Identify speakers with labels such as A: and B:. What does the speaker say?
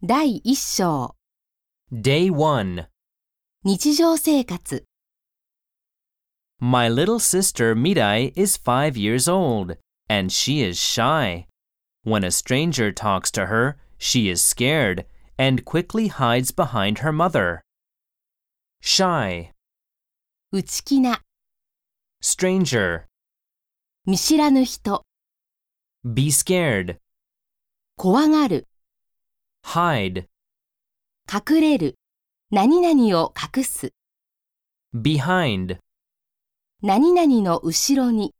A: 第1章
B: Day 1.
A: 日常生活
B: My little sister Mirai is five years old, and she is shy. When a stranger talks to her, she is scared and quickly hides behind her mother. Shy,
A: 内気な
B: stranger,
A: 見知らぬ人
B: be scared,
A: 怖がる
B: hide,
A: 隠れる何々を隠す
B: behind.
A: 何々の後ろに